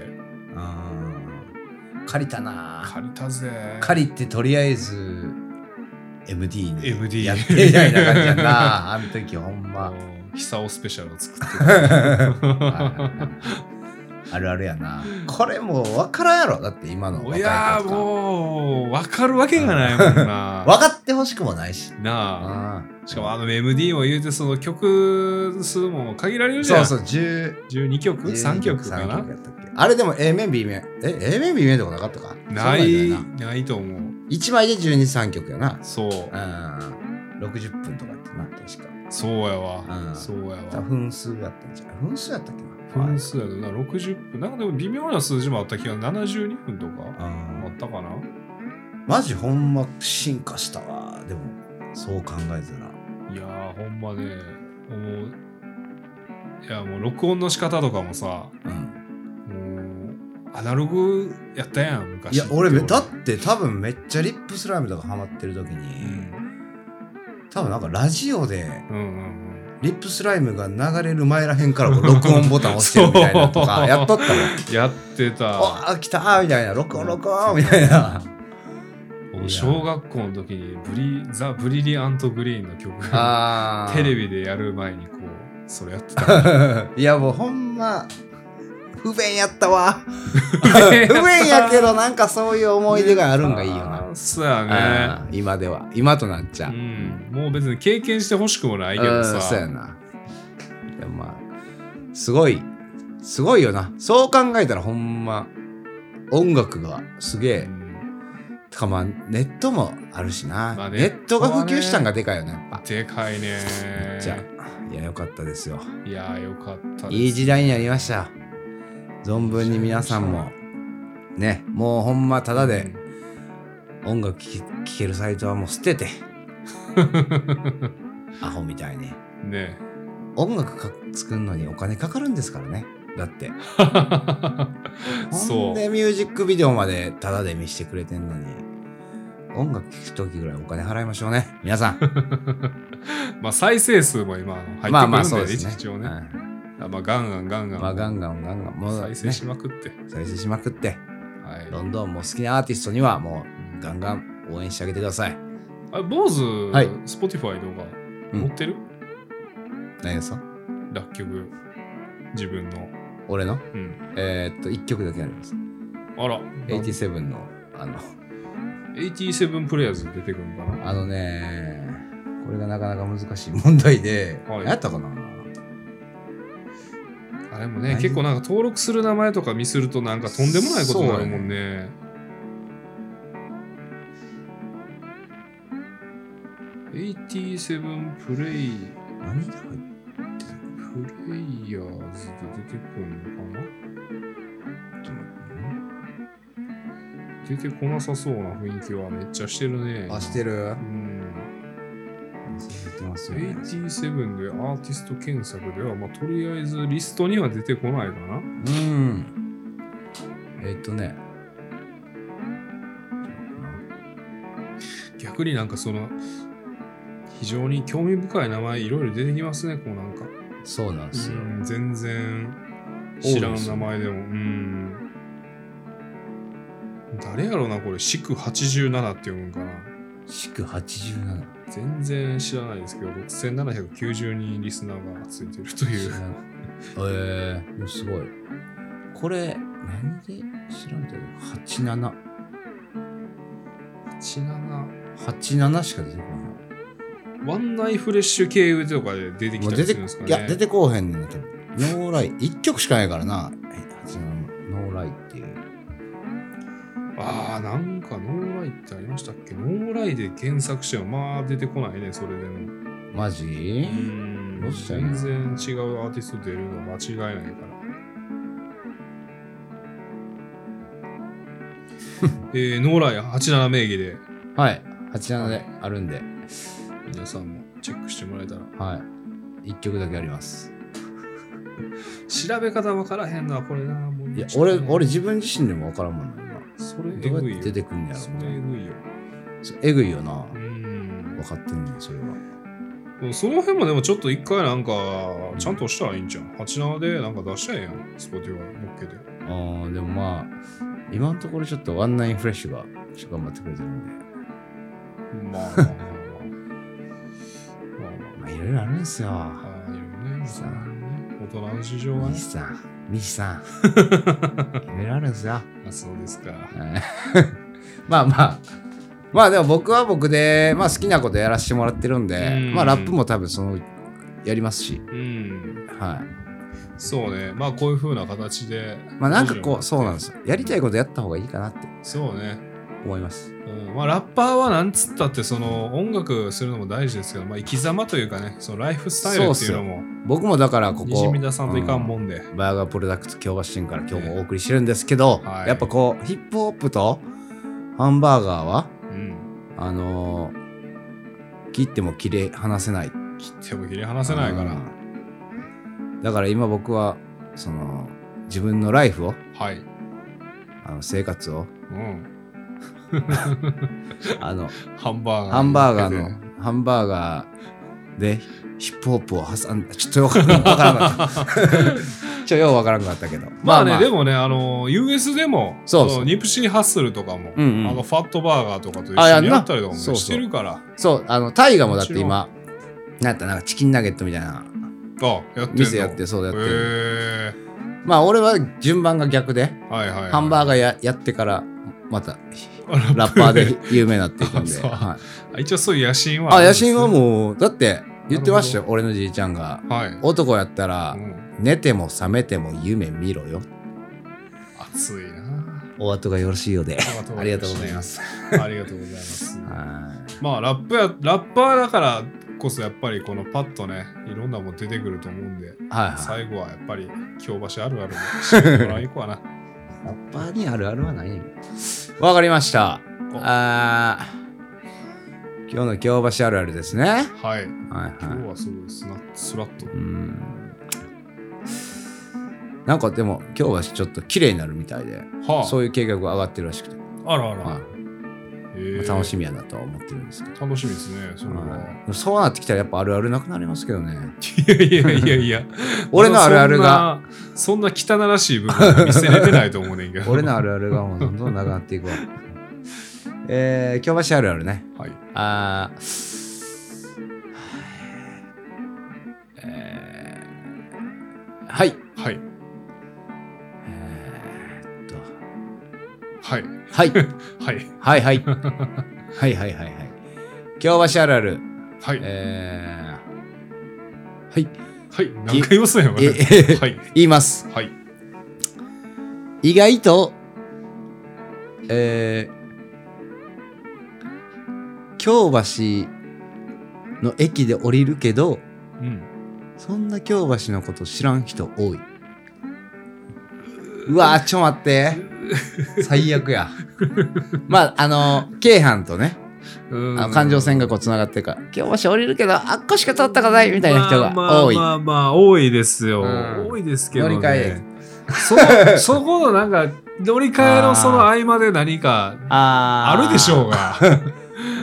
B: ん借りたなー
A: 借りたぜ
B: 借りてとりあえず MD に
A: MD
B: やってみたいな感じやなあの時ほんま
A: (laughs) うん久男スペシャルを作って
B: あるあるやなこれもう分からんやろだって今の
A: た
B: (laughs) 若
A: い
B: い
A: やー
B: 子とか
A: もう分かるわけがないもん
B: (laughs)
A: な
B: 分かってほしくもないし
A: なあ
B: うん
A: しかもあの MD も言うてその曲数も限られるじ
B: そ
A: ゃん
B: うそう10
A: 12曲3曲か
B: 3
A: な
B: 曲やったっけあれでも A 面 B 面え A 面 B 面とかなかったか
A: ない
B: そんんじゃ
A: ないと思う
B: 1枚で123曲やな
A: そう
B: うん60分とかやってな確か
A: そうや
B: う
A: わ
B: ん
A: そうや
B: 多
A: わ
B: 分分数やったんじゃない分数やったっけな
A: 分数やとな60分なんかでも微妙な数字もあった気が72分とか
B: う
A: あ
B: ん
A: ったかな
B: マジほんま進化したわでもそう考えたら
A: いやーほんまねもういやもう録音の仕方とかもさ
B: うん
A: もうアナログやったやん昔
B: いや俺だ
A: て
B: って多分めっちゃリップスライムとかハマってる時
A: う
B: に、
A: ん
B: 多分なんかラジオで
A: うんうん
B: リップスライムが流れる前らへんからこう録音ボタン押してるみたいなと
A: そ (laughs)
B: か
A: う
B: やっとったもん
A: うんやってた (laughs)
B: あ来たーみたいな録音録音みたいないや
A: 小学校の時にブリザ・ブリリアント・グリーンの曲が
B: あ
A: テレ
B: ビ
A: ビでやる前にこうそれやってた
B: (laughs) いやもうほんま不便やったわ
A: (laughs)
B: 不便やけどなんかそういう思い出があるんがいいよな
A: な (laughs) そうやね
B: あー今では今となっちゃ
A: う
B: う、
A: んもう別に経験してほしくもないけ
B: う
A: ど
B: ん
A: さ
B: そうやなでもまあすごいすごいよなそう考えたらほんま音楽がすげ
A: う
B: え
A: ん
B: てかまあネットもあるしな、
A: まあ
B: ネ
A: ネ
B: ッ
A: ッ
B: ト
A: ト
B: が
A: は
B: 普
A: ね
B: 及したんがでかいよねやっぱ
A: でかいね
B: めっちゃいやよかったですよ
A: いやーよかったです
B: いい時代になりました存分に皆さんもねもうほんまただで音楽聴けるサイトはもう捨
A: (laughs)
B: ててアホみたいに
A: うんね (laughs)
B: 音楽か作るのにお金かかるんですからねだってほ
A: そ
B: ん
A: う
B: でミュージックビデオまでタダで見せてくれてんのに音楽聴く時ぐらいお金払いましょうね皆さん
A: まあ再生数も今あの入ってくるんで、
B: まあまあそうですね
A: 一応
B: う
A: ね、
B: ん
A: あまあガンガンガンガン、
B: まあガンガンガンガンもう、ね、
A: 再生しまくって、
B: 再生しまくって
A: はい
B: どんどんもう好きなアーティストにはもうガンガン応援してあげてください。
A: あ坊主、
B: はい
A: Spotify 動画
B: うん
A: 持ってる、
B: 何ですか
A: 楽曲自分の、
B: 俺の
A: うん、
B: えーっと、1曲だけあります。
A: あら
B: 87の、あの、
A: 87プレイヤーズ出てくるのかな
B: あのね、これがなかなか難しい問題で、
A: はい
B: 何やったかな
A: あれも
B: 何
A: ね結構なんか登録する名前とかミスるとなんかとんでもないことになるもんね87プレイ
B: 何で入っ
A: プレイヤーズで出てくるのかな
B: て
A: 出てこなさそうな雰囲気はめっちゃしてるね。
B: あ、して
A: る。
B: る
A: うん。
B: 忘れてますよね。
A: 87でアーティスト検索では、まあ、とりあえずリストには出てこないかな。
B: うん。えーっとね、
A: 逆になんかその、非常に興味深い名前いろいろ出てきますね、こうなんか。
B: そうなんですよ。
A: うん、全然知らん名前でも。うん。誰やろな、これ、シク87って読むんかな。
B: 祝87。
A: 全然知らないですけど、6790人リスナーがついてるという。
B: えー、でもすごい。これ、何で知らんけど、87。
A: 87。
B: 87しか出てこない。
A: ワンナイフレッシュ系とかで出てき
B: もう
A: たりす
B: 出て、
A: るんですかね。
B: いや、出てこうへんねんな、多分。ノーライ、1曲しかないからな。え87のノーライっていう。
A: ああ、なんかノーライってありましたっけノーライで検索しても、まあ出てこないね、それでも。
B: マジ
A: うん
B: どうしたんや
A: 全然違うアーティスト出るのは間違いない
B: (laughs)
A: から。えー、ノーライ87名義で
B: はい。87であるんで、
A: 皆さんもチェックしてもらえたら
B: はい。1曲だけあります。
A: 調べ方わからへんなこれなもう
B: いや、
A: ちょっ
B: 俺、
A: とね
B: 俺自分自身でもわからんもんな、今。
A: それえ
B: どう
A: ぐい
B: やっ
A: よ
B: て出てくんねやろ
A: そうれえ
B: な。
A: ぐいよ
B: そうえぐいよな。
A: うん
B: 分かってんねん、それは。
A: でもその辺もでもちょっと一回なんかちゃんとしたらいいんじゃん87でなんか出したらええやんスポティは乗っけて
B: ああ、でもまあ、今のところちょっとワンナインフレッシュが、ちょっと頑張ってくれてるんで。
A: まあまあまあまあま (laughs)
B: まあ、いろいろあるんですよ。
A: あまあああいうね
B: さあ
A: 大人の事情はね
B: 西さん、
A: (laughs)
B: 西さん。いろいろ (laughs) あるんですよ。
A: あそうですか
B: うんまあまあ。まあでも僕は僕で、まあ好きなことやらせてもらってるんで、
A: うん
B: まあラップも多分その、やりますし、
A: うん
B: はい。
A: そうねまあこういう風な形で
B: まあなんかこう、
A: 文字
B: そうなんですよ。やりたいことやった方がいいかなって
A: をそうね、
B: 思います。
A: うん、まあラッパーはなんつったってその音楽するのも大事ですけどまあ生き様というかねそのライフスタイルっていうのも
B: 僕もだからここ、
A: にじみ出さんといかん
B: う
A: もんで、
B: バーガープロダクツ京橋店から今日もお送りしてるんですけど、
A: ええはい
B: やっぱこうヒップホップとハンバーガーは
A: うん
B: あのー切っても切れ離せない
A: 手も切り離せないから、
B: うんだから今僕はその自分のライフを
A: はい
B: あの生
A: (laughs)
B: 活を
A: うん、
B: あの
A: ハンバーガー
B: ハンバーガー
A: に乗っ
B: のハンバー (laughs) ガーでヒップホップを挟んちょっとよくわからなかっちょようわからんくなったけど。
A: まあね、でもね、あの、US でも、
B: そうそう
A: のニプシーハッスルとかも、
B: うんうん
A: あの、ファットバーガーとかと一
B: あや
A: 緒
B: ん
A: に
B: な
A: やったりとかもね、
B: そうそう
A: してるから、
B: そう、あの、タイガもだって今、なんやったなんかチキンナゲットみたいな
A: あ、やってんの
B: 店やって、そうやってる。
A: へえ
B: まあ、俺は順番が逆で、
A: はいはいはい、
B: ハンバーガーややってから、また、
A: ー
B: ラッパーで (laughs) 有名になっていくんで。
A: あそう
B: はい
A: (laughs) あ一応そういう野心は
B: あ、
A: るん
B: 野
A: ですね
B: 心はもう、だって言ってましたよ、俺のじいちゃんが。
A: はい、
B: 男やったら
A: う、ん、
B: 寝ても覚めても夢見ろよ。
A: 熱いな
B: お後がよろしいようで。 (laughs) ありがとうございます。
A: ありがとうございます
B: は
A: まあラップやラッパーだからこそやっぱりこのパッとねいろんなもん出てくると思うんで
B: い。はいはい。
A: 最後はやっぱり京橋あるあるでしてもらいに行こう
B: (laughs)
A: かな
B: ラッパーにあるあるはないねんわかりました。
A: お
B: あー今日の京橋あるあるですね。は
A: はい
B: い
A: 今日
B: は
A: はすごいスナッスラッと
B: い。うん。なんかでも京橋ちょっと綺麗になるみたいで、
A: はあ
B: そういう計画が上がってるらしくて、
A: あらあ
B: は
A: ら、え
B: い
A: ー
B: 楽しみやなとは思ってるんですけど。
A: 楽しみですねそれは
B: はいそうなってきたらやっぱあるあるなくなりますけどね。
A: いやいやいやいや
B: 俺のあるあるが、
A: まだそんなそんな汚らしい部分は見せれてないと思うねんけど
B: 俺のあるあるがもうどんどんなくなっていくわ。えー、京橋あるあるね。
A: はい
B: あーえーはい。
A: はい
B: えーっと
A: はい
B: はい。
A: はい
B: はいはい。はいはいはいはい。京橋あるある。
A: はい、
B: えーはい。
A: はい何回言わせんよ、ま
B: え
A: だ
B: え
A: はい
B: (laughs) 言います。
A: はい
B: 意外と、えー京橋の駅で降りるけど、
A: うん
B: そんな京橋のこと知らん人多い。うわー、ちょ待って。最悪や。まあ、あの、京阪とね、
A: うん
B: あの環状線がこう繋がってるから、京橋降りるけど、あっこしか通ったかないみたいな人が
A: まあ
B: 多い。
A: まあまあまあ多いですよ、
B: うん
A: 多いですけど、ね、
B: 乗り換え
A: そそこの (laughs) なんか乗り換えのその合間で何かあ
B: あー
A: るでしょうが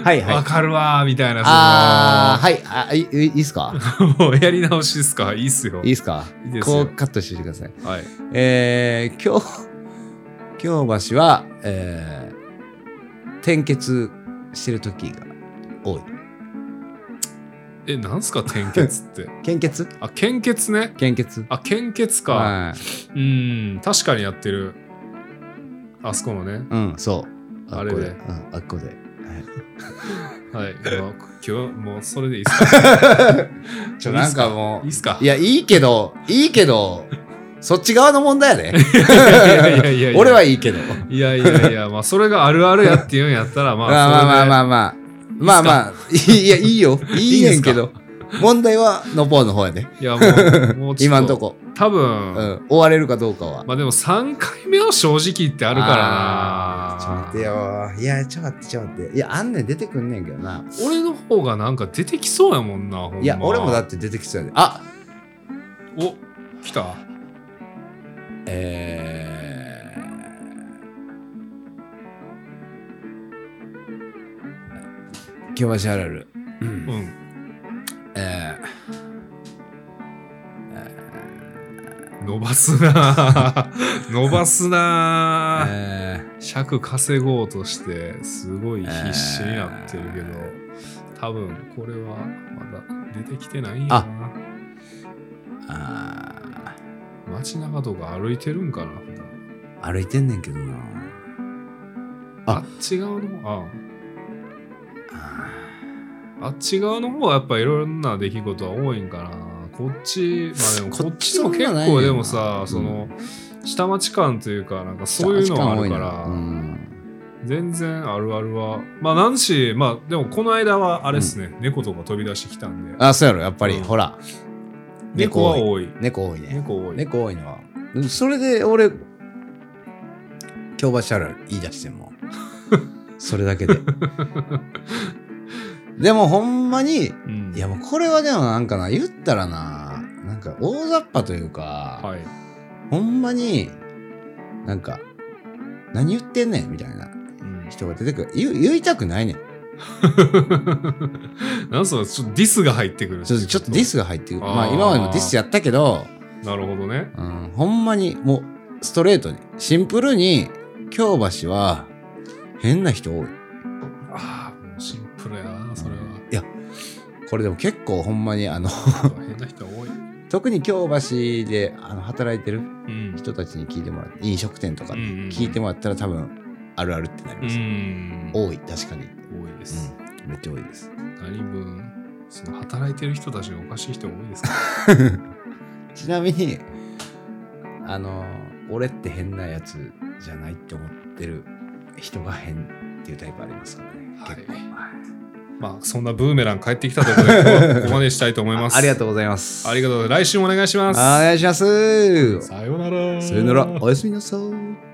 B: はいはい。
A: わかるわーみたい
B: ああ、
A: な
B: はい。あいいいいっ
A: (laughs)
B: すか
A: そのもうやり直しっすかいいっすよ
B: いいっすか
A: いいです
B: こ
A: よ
B: うカットしてください。
A: はい
B: えー、京、京橋は、えー、転結してる時が多い。
A: えなんすか転結って
B: 献血
A: あ献血ね
B: 献血
A: あ献血か、
B: はい。
A: うん確かにやってるあそこのね
B: うん、そう。
A: あれで
B: っこうん、あっこで。はい
A: はいまあ今日もうそれでいいっす
B: (laughs)
A: か
B: ちょ、なんかも
A: いいっすか
B: う、いや、いいけど、いいけど、そっち側の問題 (laughs) やで。
A: やいやいや
B: 俺はいいけど。
A: いやいやいや、まあそれがあるあるやって言うんやったら、ま
B: ま
A: あ
B: あまあま
A: あ。
B: あまあ。まあまあ、いや、いいよ。いいねんけど。問題は、のぽうの方やで。
A: いやもう、もうちょっ
B: 今んと。こ。
A: 多
B: う
A: 分、
B: ん。終われるかどうかは。
A: まあでも3回目は正直言ってあるから
B: あーちょっと
A: な。
B: 待ってよ。いや、ちょっと待って、ちょっと待って。いや、あんねん出てくんねんけどな。
A: 俺の方がなんか出てきそうやもんな、ほんま
B: いや、俺もだって出てきそうやで。あ
A: お、来た
B: えー、京橋あるある。う
A: うんん。
B: え
A: 伸ばすな
B: (laughs)
A: 伸ばす
B: ー
A: な
B: えー
A: 尺稼ごうとして、すごい必死になってるけど、多分これはまだ出てきてないんやな。
B: あ
A: 街中とか歩いてるんかな普段
B: ー歩いてんねんけどな。あ
A: あっち側の方
B: あ
A: ああっち側の方はやっぱいろんな出来事は多いんかなこっちまあでも
B: こ
A: こ
B: っ
A: っ
B: ち
A: ち
B: そ
A: も
B: ん
A: 結
B: なないよな
A: 構でもさそ
B: うん
A: の下町感というかなんか
B: ー
A: そういうのはあるか
B: 下
A: ら、
B: うん
A: 全然あるあるはまあなんしまあでもこの間はあれですね、猫とか飛び出してきたんで
B: あ、そうやろ、やっぱり。
A: うん
B: ほら。
A: 猫は多い
B: 猫多いね。
A: 猫多い
B: 猫多いのは。でもそれで俺、京橋あるある言い出してん
A: (laughs)
B: もんそれだけで。でもほんまに、い
A: うん
B: やもうこれはでもなんかな、言ったらな、なんか大雑把というか、
A: はい
B: ほんまに、なんか、何言ってんねんみたいな (laughs)
A: うん、
B: 人が出てくる。言う言いたくないねん。
A: なんそれちょっとディスが入ってくる
B: ちょっとちょっとディスが入ってくる。まあ今までもディスやったけど、
A: なるほどね。
B: うん、ほんまにもうストレートにシンプルに京橋は変な人多い
A: ああ、もうシンプルやな、それは。
B: これでも結構ほんまにあの (laughs)
A: 変な人多い。う
B: 特に京橋であの働いてる
A: ん。
B: 人たちに聞いてもらって飲食店とか
A: うんうんうん
B: 聞いてもらったら多分あるあるってなり
A: う
B: ます、
A: ん。
B: 多い確かに、
A: 多いです。
B: うん、めっちゃ多いです
A: 何分、その働いてる人たちがおかしい人が多いですか
B: ちなみにあの俺って変なやつじゃないって思ってる人が変っていうタイプありますからね、
A: はい
B: 結構
A: まあ、そんなブーメラン帰ってきたところで、今日は
B: (laughs)
A: ここまでしたいと思いま
B: あ
A: す。
B: ありがとうございます
A: ありがとうございます。来週もお願いします。
B: お願いします
A: さようなら。
B: さよならおやすみなさい